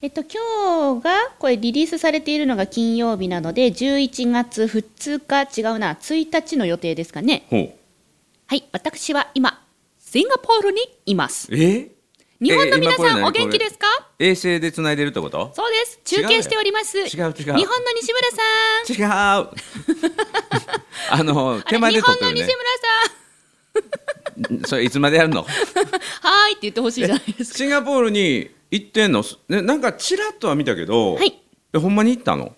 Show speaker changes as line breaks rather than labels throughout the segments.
えっと、今日が、これリリースされているのが金曜日なので、11月2日、違うな、1日の予定ですかね。
ほう
はい、私は今、シンガポールにいます。
え
日本の皆さん、お元気ですすか
衛星で繋いでるってこと
そうです。中継しております。
違うよ違う違
日
う
本の西村さん。
違うあの手
あれ
前で
日
撮っ
本
て
の
る
西
ね
村さん。
それいつまでやるの
はーいって言ってほしいじゃないですか。
シンガポールに行ってんの、ね、なんかちらっとは見たけど、
はい
えほんまに行ったのっ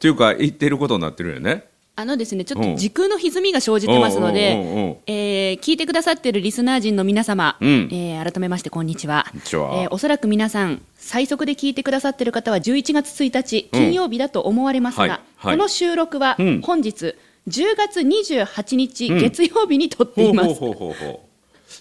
ていうか行ってることになってるよね
あのですね、ちょっ
う
と
ん
時空の歪みが生じてますの
おうおうおうおう
で、えー聞いてくださってるリスナー陣の皆様、
うん
えー改めましてこんにちは。
んにちは
えーおそらく皆さん、最速で聞いてくださってる方は11月1日、
うん
金曜日だと思われますが、
はいはい
この収録は
うん
本日、10月28日、
ん
月曜日に撮って
ほ
いうます。
ほうほうほうほ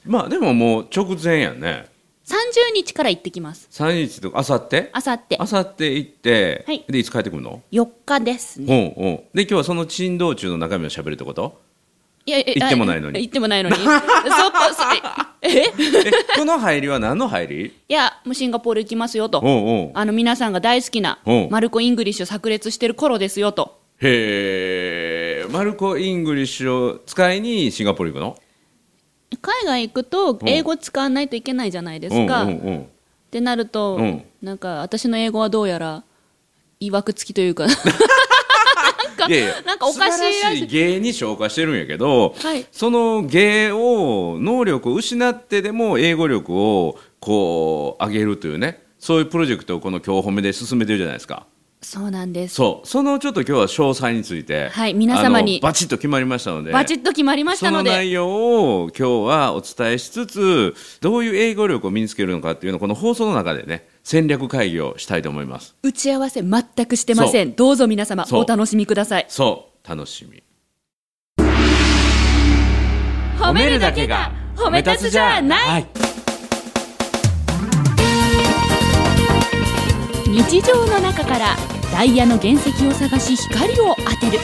うまあでももう直前やね
30日から行ってきます。
3日とかあさって
あさって
あさって行って、
はい
でいつ帰ってくるの
4日ですね。
おうおうで今日はその珍道中の中身を喋るってこと
いや、え
行ってもないのに
あ行っても ないのに。そこ、そえ、え
えこの入りは何の 入り
いや、もうシンガポール行きますよと。
おうおう
あの皆さんが大好きな
うん
マルコ・イングリッシュ炸裂してる頃ですよと、
へえマルコ・イングリッシュを使いにシンガポール行くの
海外行くと英語使わないといけないじゃないですか。
うんうん
っ
うん
てなると、
うん
なんか私の英語はどうやら、いわくつきという か、
いやいや
なんかおかしいらしい
素晴らしい芸に昇華してるんやけど、
はい
その芸を能力を失ってでも英語力をこう上げるというねそういうプロジェクトをこの今日褒めで進めてるじゃないですか
そうなんです。
そうそのちょっと今日は詳細について、
はい皆様に
あのバチッと決まりましたので
バチッと決まりまし
そ
た
の
ので、
内容を今日はお伝えしつつどういう英語力を身につけるのかっていうのをこの放送の中でね戦略会議をしたいと思います
打ち合わせ全くしてません。どうぞ皆様、
そう
お楽しみください。
そう楽しみ
褒めるだけが褒め立つじゃない、
はい
日常の中からダイヤの原石を探し光を当てる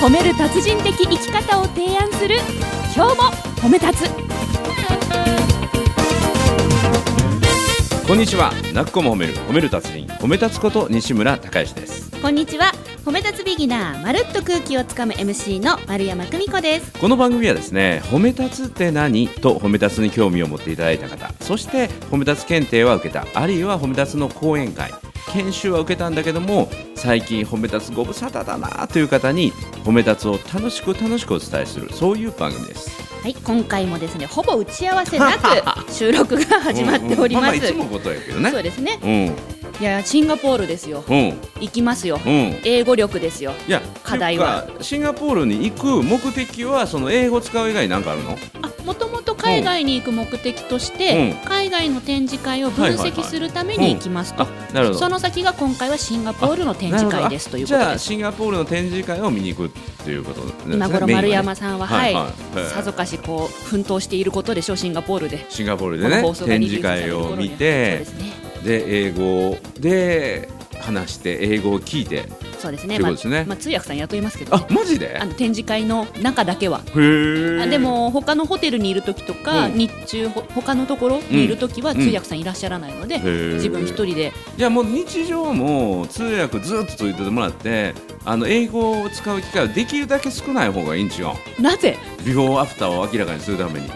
褒める達人的生き方を提案する今日も褒め立つ
こんにちは泣く子も褒める褒める達人褒め立つこと西村孝之です
こんにちは褒め立つビギナーまるっと空気をつかむ MC の丸山久美子です
この番組はですね褒め立つって何と褒め立つに興味を持っていただいた方そして褒め立つ検定は受けたあるいは褒め立つの講演会研修は受けたんだけども最近褒め立つご無沙汰だなという方に褒め立つを楽しく楽しくお伝えするそういう番組です
はい今回もですねほぼ打ち合わせな く収録が始まっております、
うんうんまあまあいつもことやけどね
そうですね
うん
いやシンガポールですよ
うん
行きますよ、
うん
英語力ですよ
いや
課題は
っていうかシンガポールに行く目的はその英語使う以外なんかあるの
もともと海外に行く目的として、
う
海外の展示会を分析するために行きますと、
あなるほど
その先が今回はシンガポールの展
なる
示
ほど
会
あ
ですというこ
じ
とで
ゃあ
す。
シンガポールの展示会を見に行くっていうことですね
今頃
メインは
丸
ね
山さんは、
は
はいい
はい
さぞかしこう奮闘していることでしょうシンガポールで。
シンガポール
こ
で
の
ね
放送が
展
リリース
示
され
会
る頃
を
には
見て
そうですね。
で英語で話して英語を聞いて
そうですね。
という
ま
こ
あ
とですね
まあ通訳さん雇いますけど、ね
あ。マジで
あの展示会の中だけは。
へ
あ
え
でも他のホテルにいる時とか、
うん
日中ほ他のところにいる時は
うん
通訳さんいらっしゃらないので、
ー
自分一人で
じゃあもう日常も通訳ずっとついててもらってあの英語を使う機会はできるだけ少ない方がいいん違う
なぜ
ビフォーアフターを明らかにするために。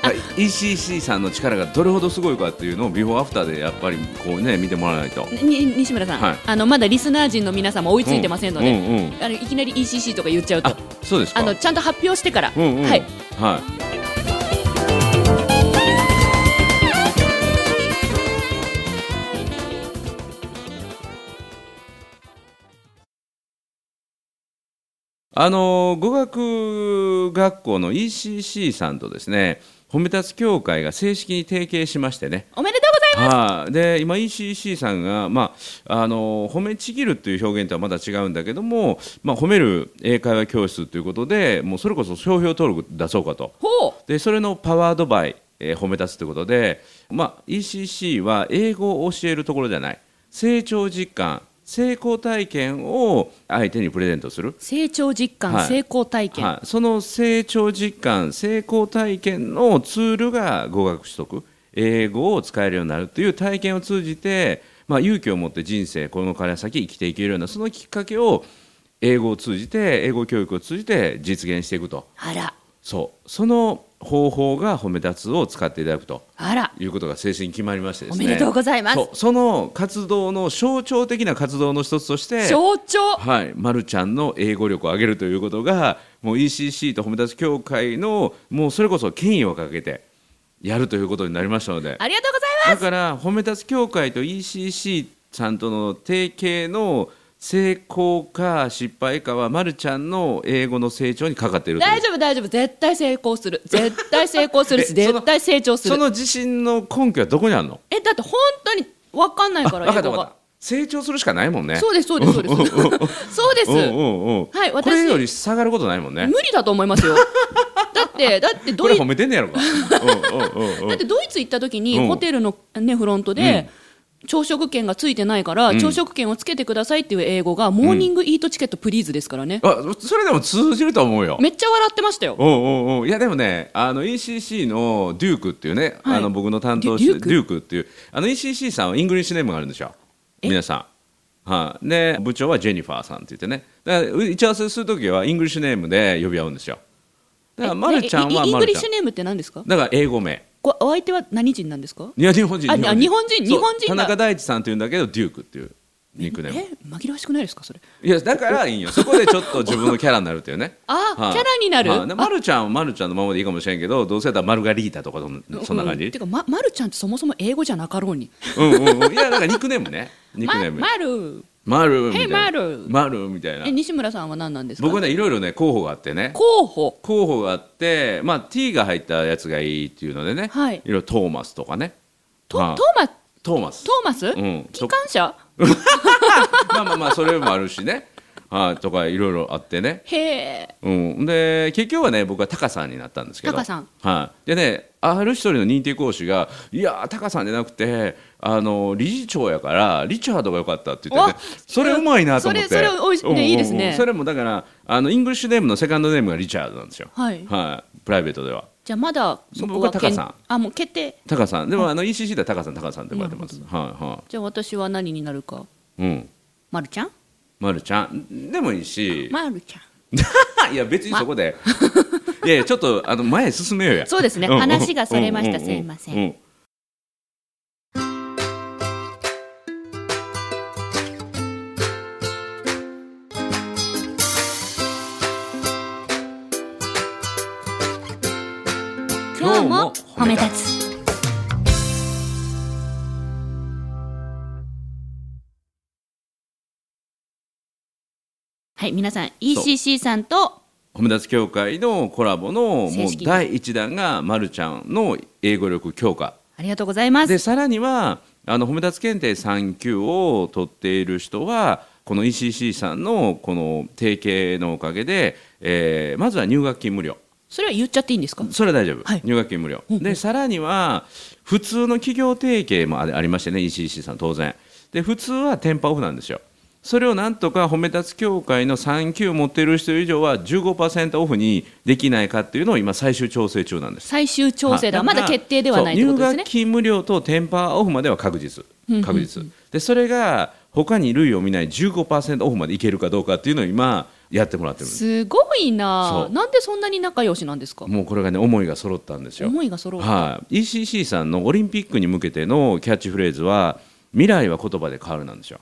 はい ECC さんの力がどれほどすごいかっていうのをビフォーアフターでやっぱりこうね見てもらわないと
に西村さん、
はい
あのまだリスナー陣の皆さんも追いついてませんので、
うんうんうん
あのいきなり ECC とか言っちゃうと
あそうですか
あのちゃんと発表してから、
うんうん
はい、
あの語学学校の ECC さんとですね褒め立つ協会が正式に提携しましてね
おめでとうございま
はい、で今 ECC さんが、まあ、あの褒めちぎるという表現とはまだ違うんだけども、まあ、褒める英会話教室ということでもうそれこそ商標登録出そうかと
すほう
でそれのパワードバイ、えー褒め立つということで、まあ、ECC は英語を教えるところじゃない成長実感成功体験を相手にプレゼントする
成長実感、
はい
成功体験、
はい、その成長実感成功体験のツールが語学取得英語を使えるようになるという体験を通じて、まあ、勇気を持って人生このから先生きていけるようなそのきっかけを英語を通じて英語教育を通じて実現していくと
あら
そうその方法が褒め立つを使っていただくと
あら
いうことが正式に決まりましてで
お
すね
めでとうございます
そうその活動の象徴的な活動の一つとして
象徴
はい、ま、るちゃんの英語力を上げるということがもう ECC と褒め立つ協会のもうそれこそ権威をかけてやるということになりましたので
ありがとうございます
だから褒め立つ協会と ECC さんとの提携の成功か失敗かはまるちゃんの英語の成長にかかっているという
大丈夫大丈夫絶対成功 する絶対成功する
え
し絶対成長す
そ
る
の自信の根拠はどこにあるの
えだって本当に分かんない
あ
から
わかった
英語
わか
が
った成長するしかないもんね
そうですそうですそうです そうです
うんうんうん
はい私
これより下がることないもんね
無理だと思いますよだってだって
こ
ド
れ
イ
褒めてんねやろかうんうんうんうん
だってドイツ行った時に、
うん
ホテルの、ね、フロントで、朝食券がついてないから、朝食券をつけてくださいっていう英語が、モーニングイートチケットプリーズですからね、
あそれでも通じると思うよ
めっちゃ笑ってましたよ、
おうおうおういやでもねあの ECC のデュークっていうね、
はい
あの僕の担当し
デ
て
ュ
る
デューク
デュークっていうあの ECC さんはイングリッシュネームがあるんですよ
え
皆さんはい、で部長はジェニファーさんって言ってねだから打ち合わせするときはイングリッシュネームで呼び合うんですよだからまるちゃんは
えイン
ま
グ
る
リッ
ち
シ
ゃん
ュネームって何ですか、
だから英語名
こお相手は何人なんですか
いや日本人
あ日本人
そう
日本人
田
が
中大地さんっていうんだけどデュークっていうニックネ
え
ーム
紛らわしくないですか、それ、
いやだからいいんよそこでちょっと自分のキャラになるっていうね
あ
はい
キャラになる
はいでまるちゃんはまるちゃんのままでいいかもしれんけどどうせやったらマルガリータとかそんそんな感
う
じ
てか、ま、まるちゃんってそもそも英語じゃなかろうに、
うんうんうんいやだからニックネームねニック
ま
ネーム
まる、
マルみた
Hey
いな
丸
マルみたいな
え西村さんは何なんですか、
僕ねいろいろね候補があってね
候補、
候補があってまあ T が入ったやつがいいっていうのでね
はい
いろいろトーマスとかね
ト
は
ト
い
ーマト
トーマス
ーマス、
ん
機関車
まあまあまあそれもあるしねはいとかいろいろあってね
へえ、
うん、で結局はね僕はタカさんになったんですけど
タカさん
はい、でねある一人の認定講師が「いやータカさんじゃなくてあの理事長やからリチャードが良かった」って言って、ね、それうまいなと思って
それそれおいしね
うんうんうん
いいですね
それもだからあのイングリッシュネームのセカンドネームがリチャードなんですよ
はい
はい、プライベートでは
じゃあまだそこ
僕は
は
タカ
けん
さん
あもう決定
タカさんでもあの ECC ではタカさんタカさんって呼ばれてますはいは
じゃあ私は何になるか
いうん
まるちゃん
まるちゃんでもいいし、
まるちゃん
いや別にそこで、いやいやちょっとあの前へ進めようや
そうですね
うんうん
話がそれまし
う
た
う
すいませ
うんん
今日も褒め立つはい皆さん ECC さんと
褒め立つ協会のコラボのもう
正式に
第1弾がまるちゃんの英語力強化
ありがとうございます
でさらにはあの褒め立つ検定3級を取っている人はこの ECC さんのこの提携のおかげで、えーまずは入学金無料
それは言っちゃっていいんですか
それは大丈夫、
はい
入学金無料
ほうほう
でさらには普通の企業提携もあありましてね ECC さん当然で普通は店舗オフなんですよそれをなんとか褒め立つ協会の3級を持っている人以上は15%オフにできないかっていうのを今最終調整中なんです
最終調整だ
はい
ま
から
だ決定ではないということです
そう入
ね
学金無料とテンパーオフまでは確実確実でそれが他に類を見ない15%オフまでいけるかどうかっていうのを今やってもらってるんです
すごいな
そう
なんでそんなに仲良しなんですか
もうこれがね思いが揃ったんですよ
思いが揃う
はい、ECC さんのオリンピックに向けてのキャッチフレーズは未来は言葉で変わるなんですよ。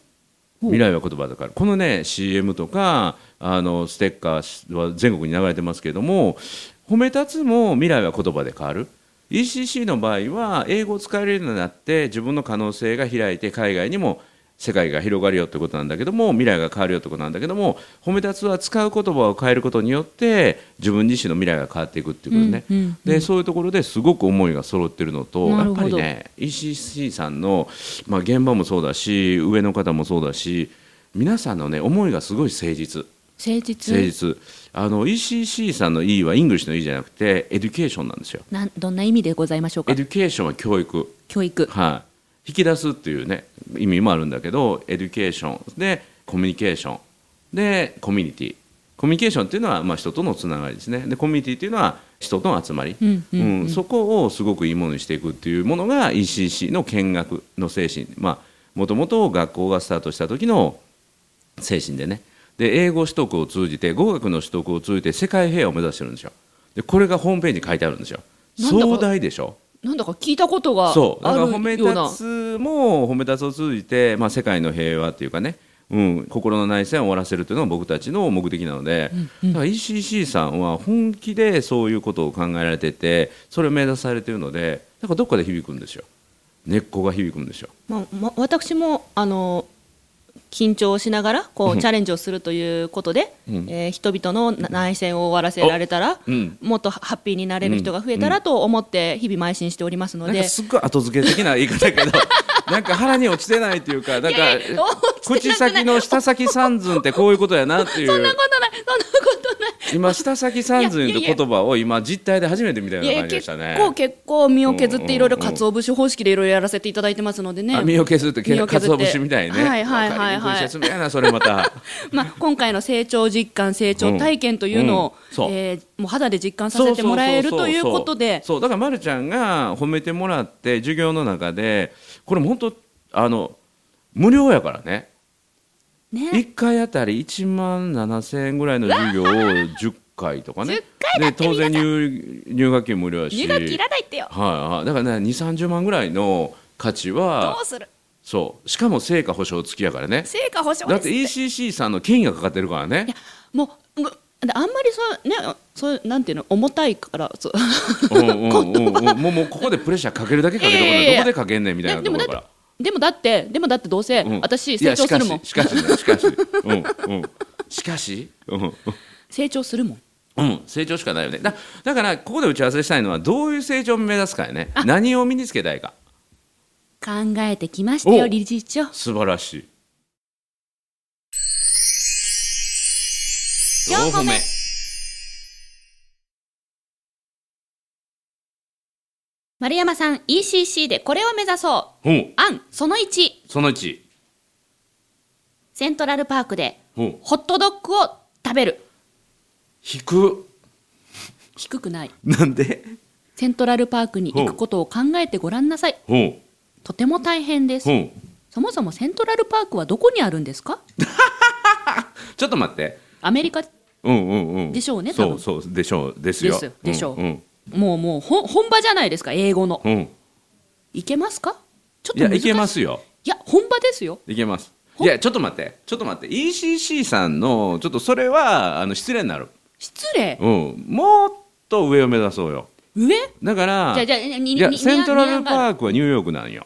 ほう
未来は言葉で変わるこのね CM とかあのステッカーは全国に流れてますけれども褒め立つも未来は言葉で変わる ECC の場合は英語を使えるようになって自分の可能性が開いて海外にも世界が広がるよってことなんだけども未来が変わるよってことなんだけども褒め立つは使う言葉を変えることによって自分自身の未来が変わっていくっていうことね、
うんうん
でそういうところですごく思いが揃ってるのと
な
や
る
っ
ほ
ぱ
ど
りね ECC さんの、まあ、現場もそうだし上の方もそうだし皆さんのね思いがすごい誠実
誠実
誠実あの ECC さんの E はイングリッシュの E じゃなくてエデュケーションなんですよ
なんどんな意味でございましょうか
エデュケーションは教育
教育
はい、引き出すっていうね意味もあるんだけどエデュケーションでコミュニケーションでコミュニティコミュニケーションっていうのは、まあ、人とのつながりですねでコミュニティっていうのは人の集まり、
うんうんうん
うんそこをすごくいいものにしていくっていうものが ECC の見学の精神まあもともと学校がスタートした時の精神でねで英語取得を通じて語学の取得を通じて世界平和を目指してるんですよでこれがホームページに書いてあるんですよ
なんだか
壮大でしょ
なんだか聞いたことがあるよ
そううだから褒め
な
立つも褒め立つを通じて、まあ、世界の平和っていうかね、うん、心の内戦を終わらせるというのが僕たちの目的なので、だから ECC さんは本気でそういうことを考えられててそれを目指されてるのでだからどっかで響くんですよ根っこが響くんですよ
まあま、私もあの緊張しながらこ
うん
うチャレンジをするということで、
うん
えー人々のな内戦を終わらせられたら、
うん
もっとハハッピーになれる人が増えたらと思って日々邁進しておりますの
なん
で、
かすっごい後付け的な言い方や けどなんか腹に落ちてないっていうかなんか
いやいや落ちてなくない
口先の下先三寸ってこういうことやなっていう
そんなことないそんなことない
今下先三寸という言葉を今実態で初めて見たよう
いや
ない
や
感じでし
結
たね
構結構身を削っ
うんうん
ていろいろ
うん
鰹節方式でいろいろやらせていただいてますのでね
あ身を削って
身を
か
削
つお
って
節みたいね
はいはいはいはい
わかりにく説明やなそれまた
まあ、今回の成長実感、成長体験というのを、
うんそう
えーもう肌で実感させてもらえる
そうそ
と
う
い
そうそ
ことで、
そうだからまるちゃんが褒めてもらって授業の中でこれも本当あの無料やからね
ね、
1回あたり1万7000円ぐらいの授業を10回とかね
10
で当然入入学金無料やし
入学金いらないってよ、
はいはいだからね2 3 0万ぐらいの価値は
どうする、
そうしかも成果保証付きやからね
成果保証
だ
で
っ
す
て
って
ECC さんの金がかかってるからね
もうもうあんまりそう、ね、そうなんていうの、重たいから、そう
うんうんうんうんもうもうここでプレッシャーかけるだけかけてこない
やい
い
やい
ど
や
こでかけんねんみたい
ね
な
で
とこ
もだ
ろ
っ
か
て
ら。、
でもだって、でもだってどうせ、
うん
私、成長するもん
いや、しかししかししかしね、うんうん、しかし、うん
成長するもん、
うん、成長しかないよねだだからここで打ち合わせしたいのはどういう成長を目指すかやね何を身につけたいか
考えてきましたよ、
お
理事長。
素晴らしい
四歩目
丸山さん、ECC でこれを目指そう。
うん
案、その1、
その1
セントラルパークで
うん
ホットドッグを食べる。
引く
低くない。
なんで
セントラルパークに行くことを考えてごらんなさい。
うん
とても大変です
う。ん
そもそもセントラルパークはどこにあるんですか
ちょっと待って
アメリカ、
うんうんうん
でしょうね多
そ
分
うそうでしょうですよ
ですよでしょう
うん
もうもうほん本場じゃないですか、英語の。
うん、うん
いけますかちょっ
い
と
や
難しい。
いけますよ
いや、本場ですよ。
いけます。い
ほ
や、ちょっと待って、ちょっと待って、ECC さんの、ちょっとそれは、あの、失礼になる。
失礼。
うん。もっと上を目指そうよ。
上
だから、
じゃあじゃあにに
いや、
に
セントラル
にあ
パークはニューヨークなんよ。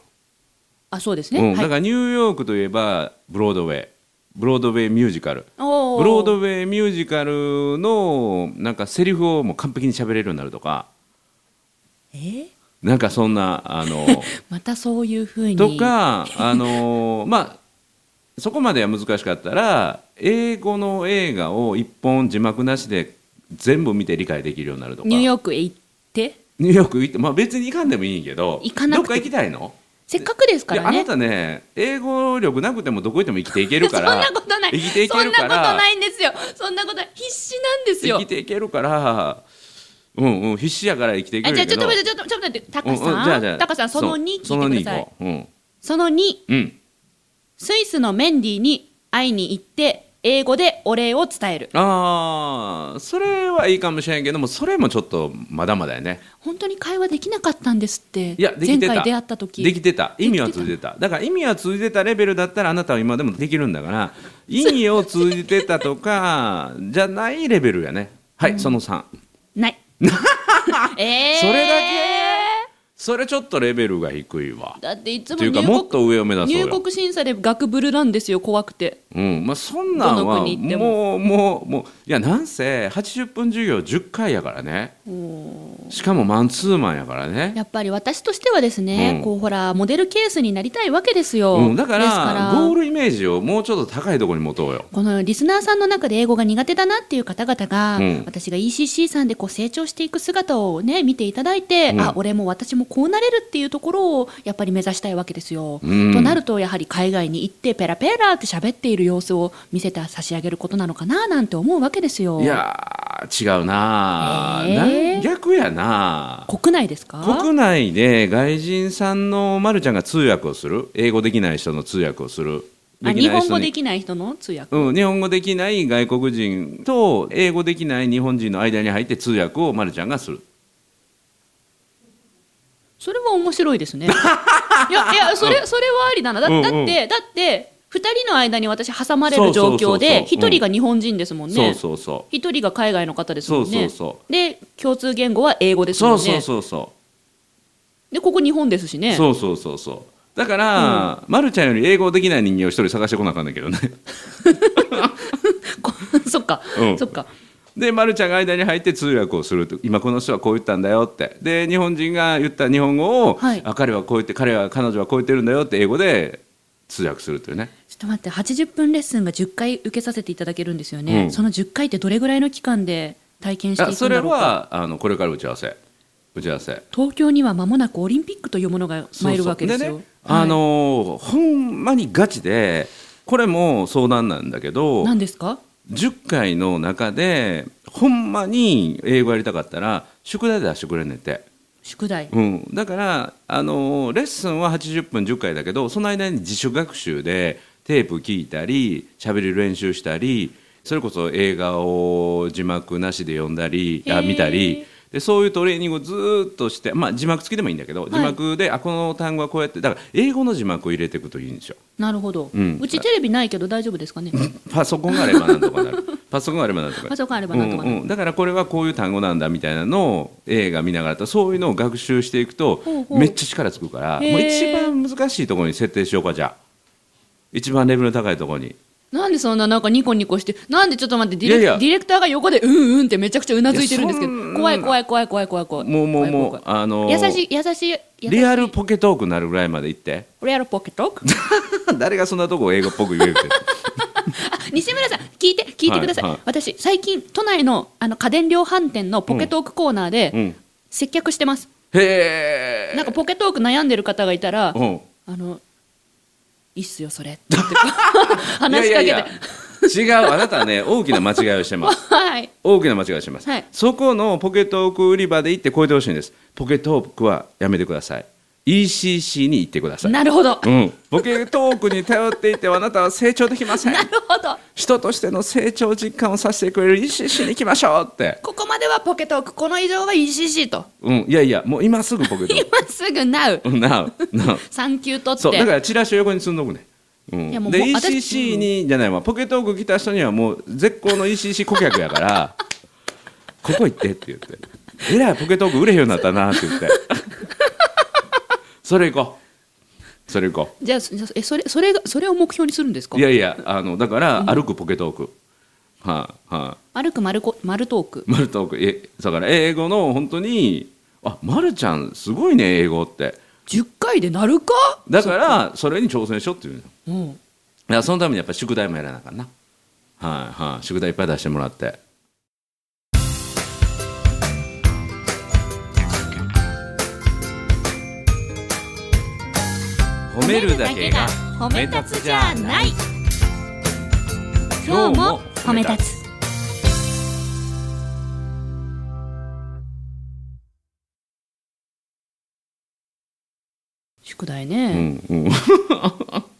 あ、そうです
うん。
ね。
だか
はい。
ら、ニューヨークといえば、ブロードウェイ。ブロードウェイミュージカル。
お
ブロードウェイミュージカルの、なんか、セリフをもう完璧に喋れるようになるとか、
えー
なんか、そんな、あの、
またそういうふうに。
とか、あのーまあ、そこまでは難しかったら英語の映画を一本字幕なしで全部見て理解できるようになるとか
ニューヨークへ行って、
ニューヨーク行って、まあ、別に行かんでもいいんやけど
行かなくて
どっか行きたいの
せっかくですか
いや
ら
あな
ね。
たね英語力なくてもどこ行っても生きていけるから
そんなことない。
生きていけるか
そんなこと
ら
ないんですよ。そんなことない。必死なんです
生
よ
き。ていけるからうんうん必死やから生きていけ
あ
るん
じゃ
や
あ
け
ちょっ
ど
と待ってちょっとちょっと待ってタ
うん
カ
うん
さん、
じゃあじゃあ
タカさんその2
その
聞いてくださ
二
い
行こううん
その2
うん
スイスのメンディーに会いに行って英語でお礼を伝える
ああそれはいいかもしれんけどもそれもちょっとまだまだやね
本当に会話できなかったんですって
いやでき
前
てた
回出会った時
できてた意味は通じてただから意味は通じてたレベルだったらあなたは今でもできるんだから意味を通じてた とかじゃないレベルやねはい、その3
ない えー、
それだそれちょっとレベルが低いわ
だっていつも
という
入
かもっ
国
と上を目指そう
入
よ、
国審査で学ぶるなんですよ怖くて
うんまあ、そんなんは
どの
も
国行って
う
も
もうもういやなんせ80分授業10回やからねしかもマンツーマンやからね
やっぱり私としてはですね、
うん
こうほらモデルケースになりたいわけですよ、
うん、だから
ですから
ゴールイメージをもうちょっと高いところに持とうよ。
このリスナーさんの中で英語が苦手だなっていう方々が、
うん
私が ECC さんでこう成長していく姿をね、見ていただいて、
うん
あ、俺も私もこうなれるっていうところをやっぱり目指したいわけですよ。
うん
となるとやはり海外に行ってペラペラって喋っている様子を見せて差し上げることなのかななんて思うわけですよ。
いやー違うな,、
えー
な逆やな
国内ですか
国内で外人さんのまるちゃんが通訳をする英語できない人の通訳をする
あ日本語で
でき
きない人の通訳。
うん、日本語できない外国人と英語できない日本人の間に入って通訳をまるちゃんがする
それは面白いです ね。いやいやそれそれはありだな。だ
うん
だ
うん
ってだって二人の間に私挟まれ
そ
る
うそう
状
そうそう
況で
うん
一人が日本人ですもん
そう
ね。
そうそ
一人が海外の方ですもんね。
そうそうそ
で共通言語は英語で
う
すもん
そう
ね。
そうそうそ
でここ日本ですし
う
ね。
そうそうそうそうだから、まるちゃんより英語できない人間を一人探してこなあかんねんけどね
こ そっか、
うん
そっか。
で、ま、るちゃんが間に入って通訳をすると今この人はこう言ったんだよってで日本人が言った日本語を、
はい
あ彼はこう言って彼は彼女はこう言ってるんだよって英語で通訳するというね
ちょっと待って80分レッスンが10回受けさせていただけるんですよね。
うん
その10回ってどれぐらいの期間で体験してい
あ
くん
それ
だろうか。
はあのこれから打ち合わせ打ち合わせ
東京には間もなくオリンピックというものが
そうそう
参るわけですよ。
ね
はい
あのーほんまにガチでこれも相談なんだけど
何ですか？
10回の中でほんまに英語やりたかったら宿題出してくれんねんて、
宿題。
うん、だから、あのーレッスンは80分10回だけどその間に自主学習でテープ聞いたり喋る練習したりそれこそ映画を字幕なしで読んだり
へ
あ
ー
見たりでそういうトレーニングをずーっとして、まあ、字幕付きでもいいんだけど字幕で、あこの単語はこうやってだから英語の字幕を入れていくといいんですよ。
なるほど、
う
うんちテレビないけど大丈夫ですかね。
パソコンがあればなんとかなるパソコンがあればなんとかなる
パソコンあればなんとかなる
うんうんだからこれはこういう単語なんだみたいなのを映画見ながらとそういうのを学習していくと
ほうほう
めっちゃ力つくからも
へー
う一番難しいところに設定しようかじゃあ一番レベルの高いところに
なんでそんななんかニコニコして、なんでちょっと待ってディレク
いやいや
ディレクターが横でうんうんってめちゃくちゃうなずいてるんですけど
いやそん、な
怖い怖い怖い怖い怖い怖い。
もうもう
怖
も
い怖い怖
う
い
あの
優しい優しい優しい。
リアルポケトークになるぐらいまで行って
リアルポケットーク。
誰がそんなとこを英語っぽく言えるって
あ西村さん聞いて聞いてください。
はいはい
私最近都内のあの家電量販店のポケトークコーナーで、
うん
接客してます。
へえ
なんかポケトーク悩んでる方がいたら、
うん
あのいいっすよそれって言って 話しかけて
いやいやいや違うあなたはね大きな間違いをしてます
はい。
大きな間違いをしてます、
はい
そこのポケトーク売り場で行って超えてほしいんですポケトークはやめてください ECC に行ってください、
なるほど。
うん、ポケトークに頼っていてはあなたは成長できません
なるほど。
人としての成長実感をさせてくれる ECC に行きましょうって、
ここまではポケトーク、この以上は ECC と。
うん、いやいやもう今すぐポケトー
今 すぐ NOW。
クなあなあ
産休取って。
そうだからチラシを横に積んどくね、うん、
いやもう
で
もう私
ECC にじゃないわポケトーク来た人にはもう絶好の ECC 顧客やから ここ行ってって言ってえらいポケトーク売れへんようになったなって言 ってそれ行こうそれ行こ
じゃあ、そえそれ、それが、それを目標にするんですか
ういやいやあのだから歩くポケトーク、はい、はい、
歩く丸こ、丸トーク。
マルトークえだから英語の本当にあマルちゃんすごいね英語って
10回でなるか
だからそれに挑戦しようっていうの
うん。
だからそのためにやっぱ宿題もやらなあかんなはいはい宿題いっぱい出してもらって褒めるだけが褒め立つじゃない今日も褒め立
つ。宿題
う
ね、
んうん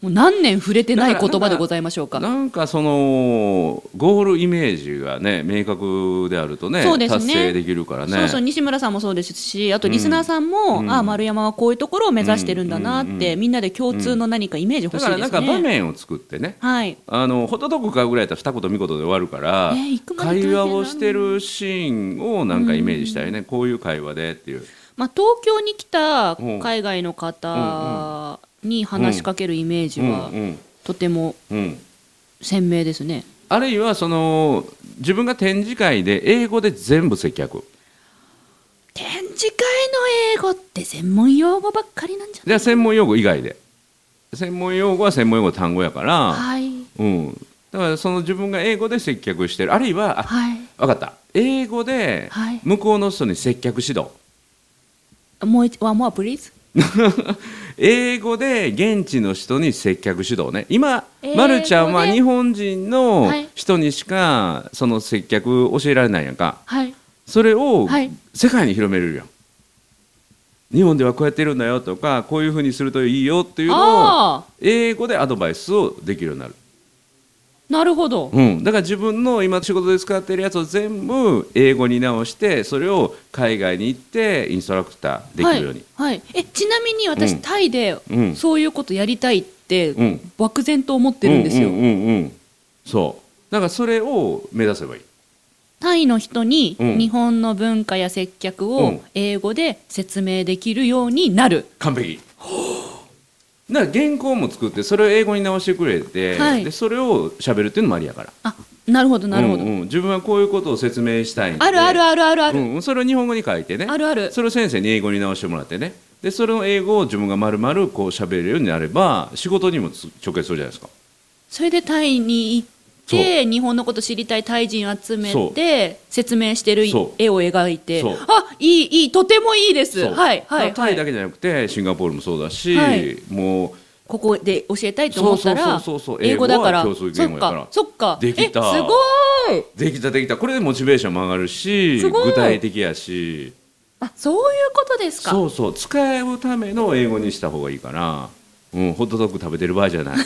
もう何年触れてない言葉でございましょうか。
なんかそのゴールイメージがね明確であるとね
そうですね
達成できるからね
そうそう西村さんもそうですしあとリスナーさんも、
うん
ああ丸山はこういうところを目指してるんだなって、
うんうんうん
みんなで共通の何かイメージ欲
だ
しい
か
で
ら
すね。
なんか場面を作ってね
はい
あのホットドッグ買うぐらいだったら二言三言で終わるから、
ね行くまで大変
会
なの
話をしてるシーンをなんかイメージしたいね、こういう会話でっていう
まあ、東京に来た
うん
海外の方に話しかけるイメージ
うん
は
うん
とても
うん
鮮明ですね。
あるいはその自分が展示会で英語で全部接客
展示会の英語って専門用語ばっかりなんじゃ
じゃあ専門用語以外で専門用語は専門用語単語やから、
はい
うん、だからその自分が英語で接客してるあるいはあ
はい
分かった英語で
はい
向こうの人に接客指導、
もう一 one more please
英語で現地の人に接客指導ね今、
英語で
まるちゃんは日本人の
はい
人にしかその接客教えられないやんか
はい
それを
はい
世界に広めれるやん、日本ではこうやってるんだよとかこういうふうにするといいよっていうのを
ああ
英語でアドバイスをできるようになる、
なるほど
うん、だから自分の今仕事で使ってるやつを全部英語に直してそれを海外に行ってインストラクターできるように、
はい、はい、えちなみに私、
うん
タイで
うん
そういうことやりたいって、
うん
漠然と思ってるんですよ、
うんうんうんうんそうだからそれを目指せばいい
タイの人に
うん
日本の文化や接客
う
を
ん
英語で説明できるようになる、
完璧 だから原稿も作ってそれを英語に直してくれて、
はい
でそれを喋るっていうのもありやから
あなるほどなるほど、
うんうん自分はこういうことを説明したいんで
あるあるあるあるある、
うん、それを日本語に書いてね
あるある
それを先生に英語に直してもらってねでそれの英語を自分が丸々こう喋れるようになれば仕事にもつ直結するじゃないですか
それでタイに行って日本のこと知りたいタイ人集めて説明してる
そう
絵を描いて
そう
あいいいいとてもいいです
そう
はいはい、
だからタ
は
イだ
い、
けじゃなくてシンガポールもそうだし、
はい
もう
ここで教えたいと思ったら
そうそうそうそうそう
英語だから
英語は共通言語やから
そっかそっか
できた
えすごい
できたできたこれでモチベーションも上がるし
すごい
具体的やし
あそういうことですか
そうそう使うための英語にした方がいいから、うん、ホットドッグ食べてる場合 じゃない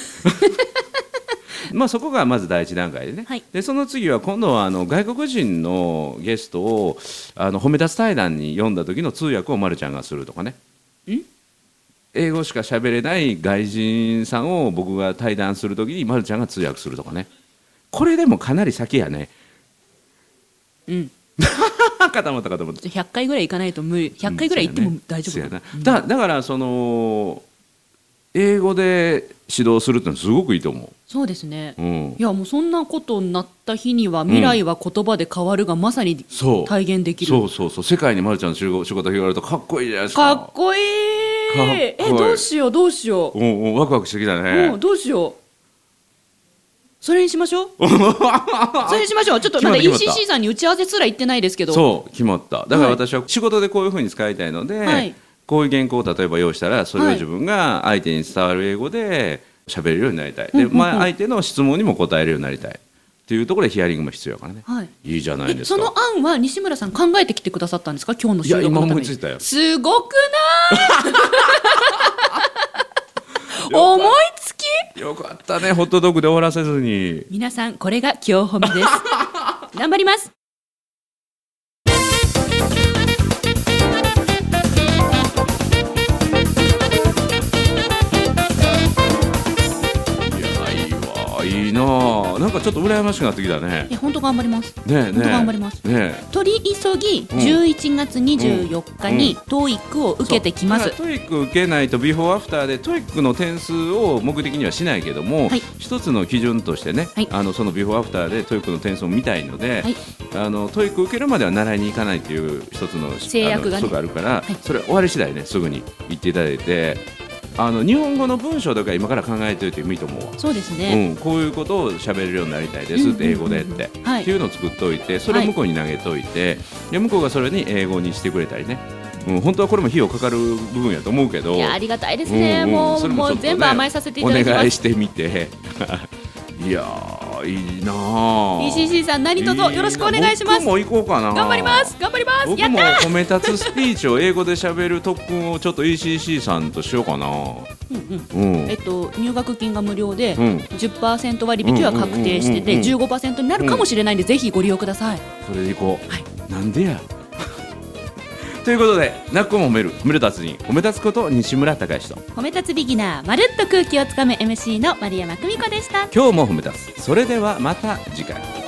まあそこがまず第一段階でね、
はい
でその次は今度はあの外国人のゲストをあの褒め立つ対談に読んだ時の通訳をまるちゃんがするとかね英語しか喋れない外人さんを僕が対談する時にまるちゃんが通訳するとかねこれでもかなり先やね
うん
固まった固まった
100回ぐらい行かないと無理100回ぐらい行っても大丈夫、
うんそうやねだだからその英語で指導するってのはすごくいいと思
そうですね
う、うん
い、やもうそんなことになった日には未来は言葉で変わるがまさに
そう
体現できる、
そうそうそう世界にまるちゃんの仕事仕事が広がるとかっこいいじゃないです
か
か
っこいい
かっこいい
えどうしようどうしよう、
うんうんワクワクしてきた
もう
ね
どうしようそれにしまし ょうそれにしましょうちょっとまだ
決まった決まった
ECC さんに打ち合わせすら行ってないですけど
そう決まっただから
はい
私は仕事でこういうふうに使いたいので、
はい
こういう原稿を例えば用意したらそれを
はい
自分が相手に伝わる英語で喋れるようになりたい、で、まあ、相手の質問にも答えるようになりたいっていうところでヒアリングも必要やからね、
はい
いいじゃないで
え
す
そ
か
の案は西村さん考えてきてくださったんですか今日の収録のため
いや今思
に
いついたよ
すごく ない思いつき
よかったね、ホットドッグで終わらせずに。
皆さんこれが今日褒めです頑張ります
いや、いいわ、いいなあ。なんかちょっと羨ましくなってきたね。
え本当頑張ります
ねえねえ。
本当頑張ります
ねえ。
取り急ぎ
ん
11月24日に
う
TOEIC を受けてきます
そうだからトイック受けないとビフォーアフターでトイックの点数を目的にはしないけども、
はい
一つの基準としてね、
はい
あのそのビフォーアフターでトイックの点数を見たいので、
はい
あのトイック受けるまでは習いに行かないという一つの
制約がね
あの規則あるから、
はい
それ終わり次第ねすぐに行っていただいてあの日本語の文章とか今から考えておいてもいいと思うわ。
そうです
う
ね、
ん、こういうことを喋れるようになりたいですって英語でって、
はい
っていうのを作っておいてそれを向こうに投げといて、で向こうがそれに英語にしてくれたりね、うん、本当はこれも費用かかる部分やと思うけど
いやありがたいですね、
んん
もう
それ
も
ちょ
う
っとね
全部甘えさせていただき
お願
ま
い
す
してみて いやーいいなあ
ECC さん何卒よろしくお願いしま
い
す
いな僕も行こうかな
頑張ります頑張ります
僕
やっ
も
たー
褒め立つスピーチを英語で喋る特訓をちょっと ECC さんとしようか
うん
な
うん
うん
えっと、入学金が無料で、
うん
10%割引は確定してて、
うんうんうん
15%になるかもしれないんで、ぜひご利用ください。
それでいこう、なんでや ということでなっこも褒める褒める達人褒め立つこと西村孝之と
褒め立つビギナー、まるっと空気をつかむ MC の丸山久美子でした。
今日も褒め立つそれではまた次回